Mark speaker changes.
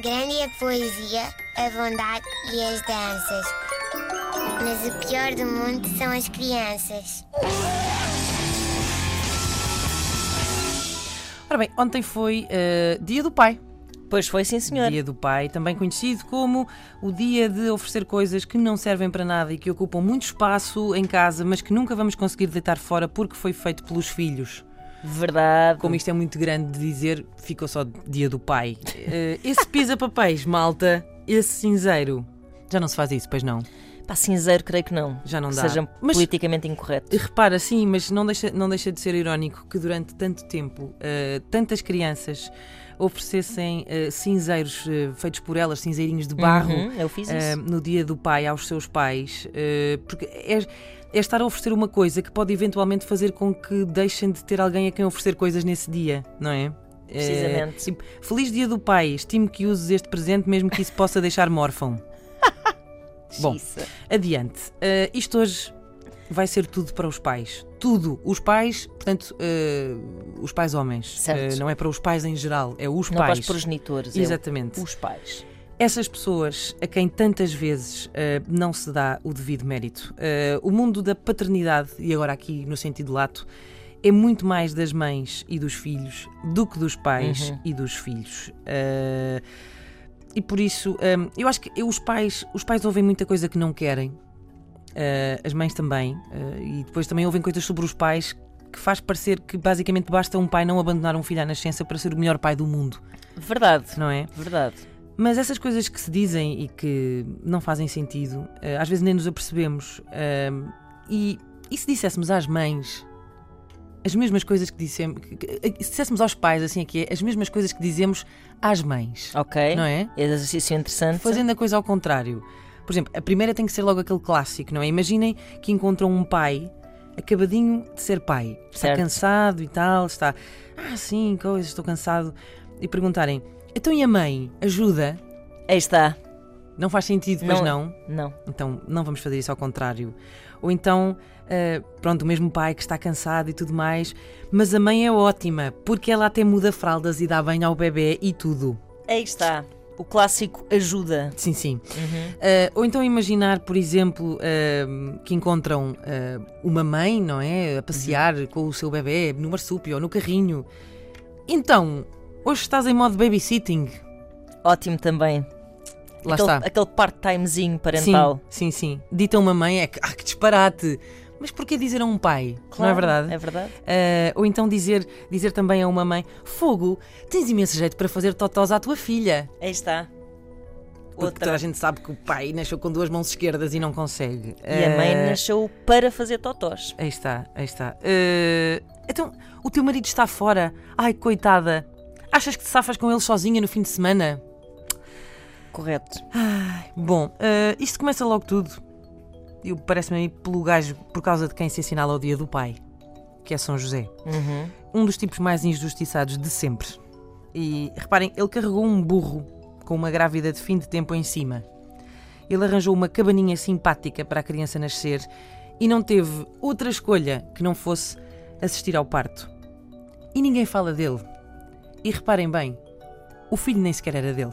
Speaker 1: Grande é a poesia, a bondade e as danças. Mas o pior do mundo são as crianças.
Speaker 2: Ora bem, ontem foi eh, Dia do Pai.
Speaker 3: Pois foi, sim, senhor.
Speaker 2: Dia do Pai, também conhecido como o dia de oferecer coisas que não servem para nada e que ocupam muito espaço em casa, mas que nunca vamos conseguir deitar fora porque foi feito pelos filhos.
Speaker 3: Verdade.
Speaker 2: Como isto é muito grande de dizer, ficou só Dia do Pai. Eh, esse pisa-papéis, malta, esse cinzeiro. Já não se faz isso, pois não?
Speaker 3: Pá, cinzeiro, creio que não.
Speaker 2: Já não
Speaker 3: que
Speaker 2: dá.
Speaker 3: Seja
Speaker 2: Mas-
Speaker 3: politicamente incorreto.
Speaker 2: Repara, sim, mas não deixa, não deixa de ser irónico que durante tanto tempo eh, tantas crianças oferecessem eh, cinzeiros eh, feitos por elas, cinzeirinhos de barro,
Speaker 3: Uhum, eu fiz
Speaker 2: eh,
Speaker 3: isso.
Speaker 2: no dia do pai aos seus pais, eh, porque é, é estar a oferecer uma coisa que pode eventualmente fazer com que deixem de ter alguém a quem oferecer coisas nesse dia, não é? Eh,
Speaker 3: Precisamente.
Speaker 2: tipo, Feliz dia do pai, estimo que uses este presente mesmo que isso possa deixar-me órfão. bom.
Speaker 3: Xiça.
Speaker 2: Adiante. Eh, isto hoje vai ser tudo para os pais. Tudo. Os pais, portanto, eh, os pais homens.
Speaker 3: Certo.
Speaker 2: Eh, não é para os pais em geral, é os
Speaker 3: Não para
Speaker 2: pais.
Speaker 3: os progenitores. é
Speaker 2: Exatamente.
Speaker 3: Os pais.
Speaker 2: Essas pessoas a quem tantas vezes eh, não se dá o devido mérito. Eh, o mundo da paternidade, e agora aqui no sentido lato, é muito mais das mães e dos filhos do que dos pais e dos filhos. Eh, e por isso, hum, eu acho que eu- os pais, os pais ouvem muita coisa que não querem, eh, as mães também, eh, e depois também ouvem coisas sobre os pais que faz parecer que basicamente basta um pai não abandonar um filho à nascença para ser o melhor pai do mundo,
Speaker 3: Verdade.
Speaker 2: não é?
Speaker 3: Verdade.
Speaker 2: Mas essas coisas que se dizem e que não fazem sentido, eh, às vezes nem nos apercebemos. eh, E, e se dissessemos às mães as mesmas coisas que dissemos. que- que- Se dissessemos aos pais, assim aqui é, as mesmas coisas que dizemos às mães.
Speaker 3: Ok. um
Speaker 2: Não é?
Speaker 3: Exercício interessante.
Speaker 2: Fazendo a coisa ao contrário. Por exemplo, a primeira tem que ser logo aquele clássico, não é? Imaginem que encontram um pai acabadinho de ser pai. Está
Speaker 3: Certo.
Speaker 2: cansado e tal, está. Ah, sim, coisas, estou cansado. E perguntarem: então e a mãe? Ajuda?
Speaker 3: Aí está.
Speaker 2: Não faz sentido, pois não.
Speaker 3: Não.
Speaker 2: Então não vamos fazer isso ao contrário. Ou então, ah, pronto, o mesmo pai que está cansado e tudo mais, mas a mãe é ótima, porque ela até muda fraldas e dá bem ao bebê e tudo.
Speaker 3: Aí está. O clássico ajuda.
Speaker 2: Sim, sim. Ah, ou então imaginar, por exemplo, ah, que encontram ah, uma mãe, não é? A passear com o seu bebê no marsúpio ou no carrinho. Então, hoje estás em modo babysitting.
Speaker 3: Ótimo também.
Speaker 2: Lá
Speaker 3: aquele
Speaker 2: está.
Speaker 3: aquele part-timezinho
Speaker 2: Sim, é
Speaker 3: parental.
Speaker 2: sim, sim. Dita a uma mãe é que, ah, que disparate. Mas porquê dizer a um pai? não é
Speaker 3: Claro,
Speaker 2: verdade?
Speaker 3: É verdade.
Speaker 2: Ah, ou então dizer, dizer também a uma mãe: Fogo, tens imenso jeito para fazer totós à tua filha.
Speaker 3: Aí está.
Speaker 2: Porque toda
Speaker 3: Outra.
Speaker 2: a gente sabe que o pai nasceu com duas mãos esquerdas e não consegue.
Speaker 3: E a mãe
Speaker 2: Ah,
Speaker 3: nasceu para fazer totós.
Speaker 2: Aí está, aí está. Ah, então, o teu marido está fora. Ai, coitada. Achas que te safas com ele sozinha no fim de semana?
Speaker 3: Correto.
Speaker 2: Bom, ah, isto começa logo tudo. Eu parece-me a mim pelo gajo por causa de quem se assinala o dia do pai, que é São José. Um dos tipos mais injustiçados de sempre. E reparem, ele carregou um burro com uma grávida de fim de tempo em cima. Ele arranjou uma cabaninha simpática para a criança nascer e não teve outra escolha que não fosse assistir ao parto. E ninguém fala dele. E reparem bem, o filho nem sequer era dele.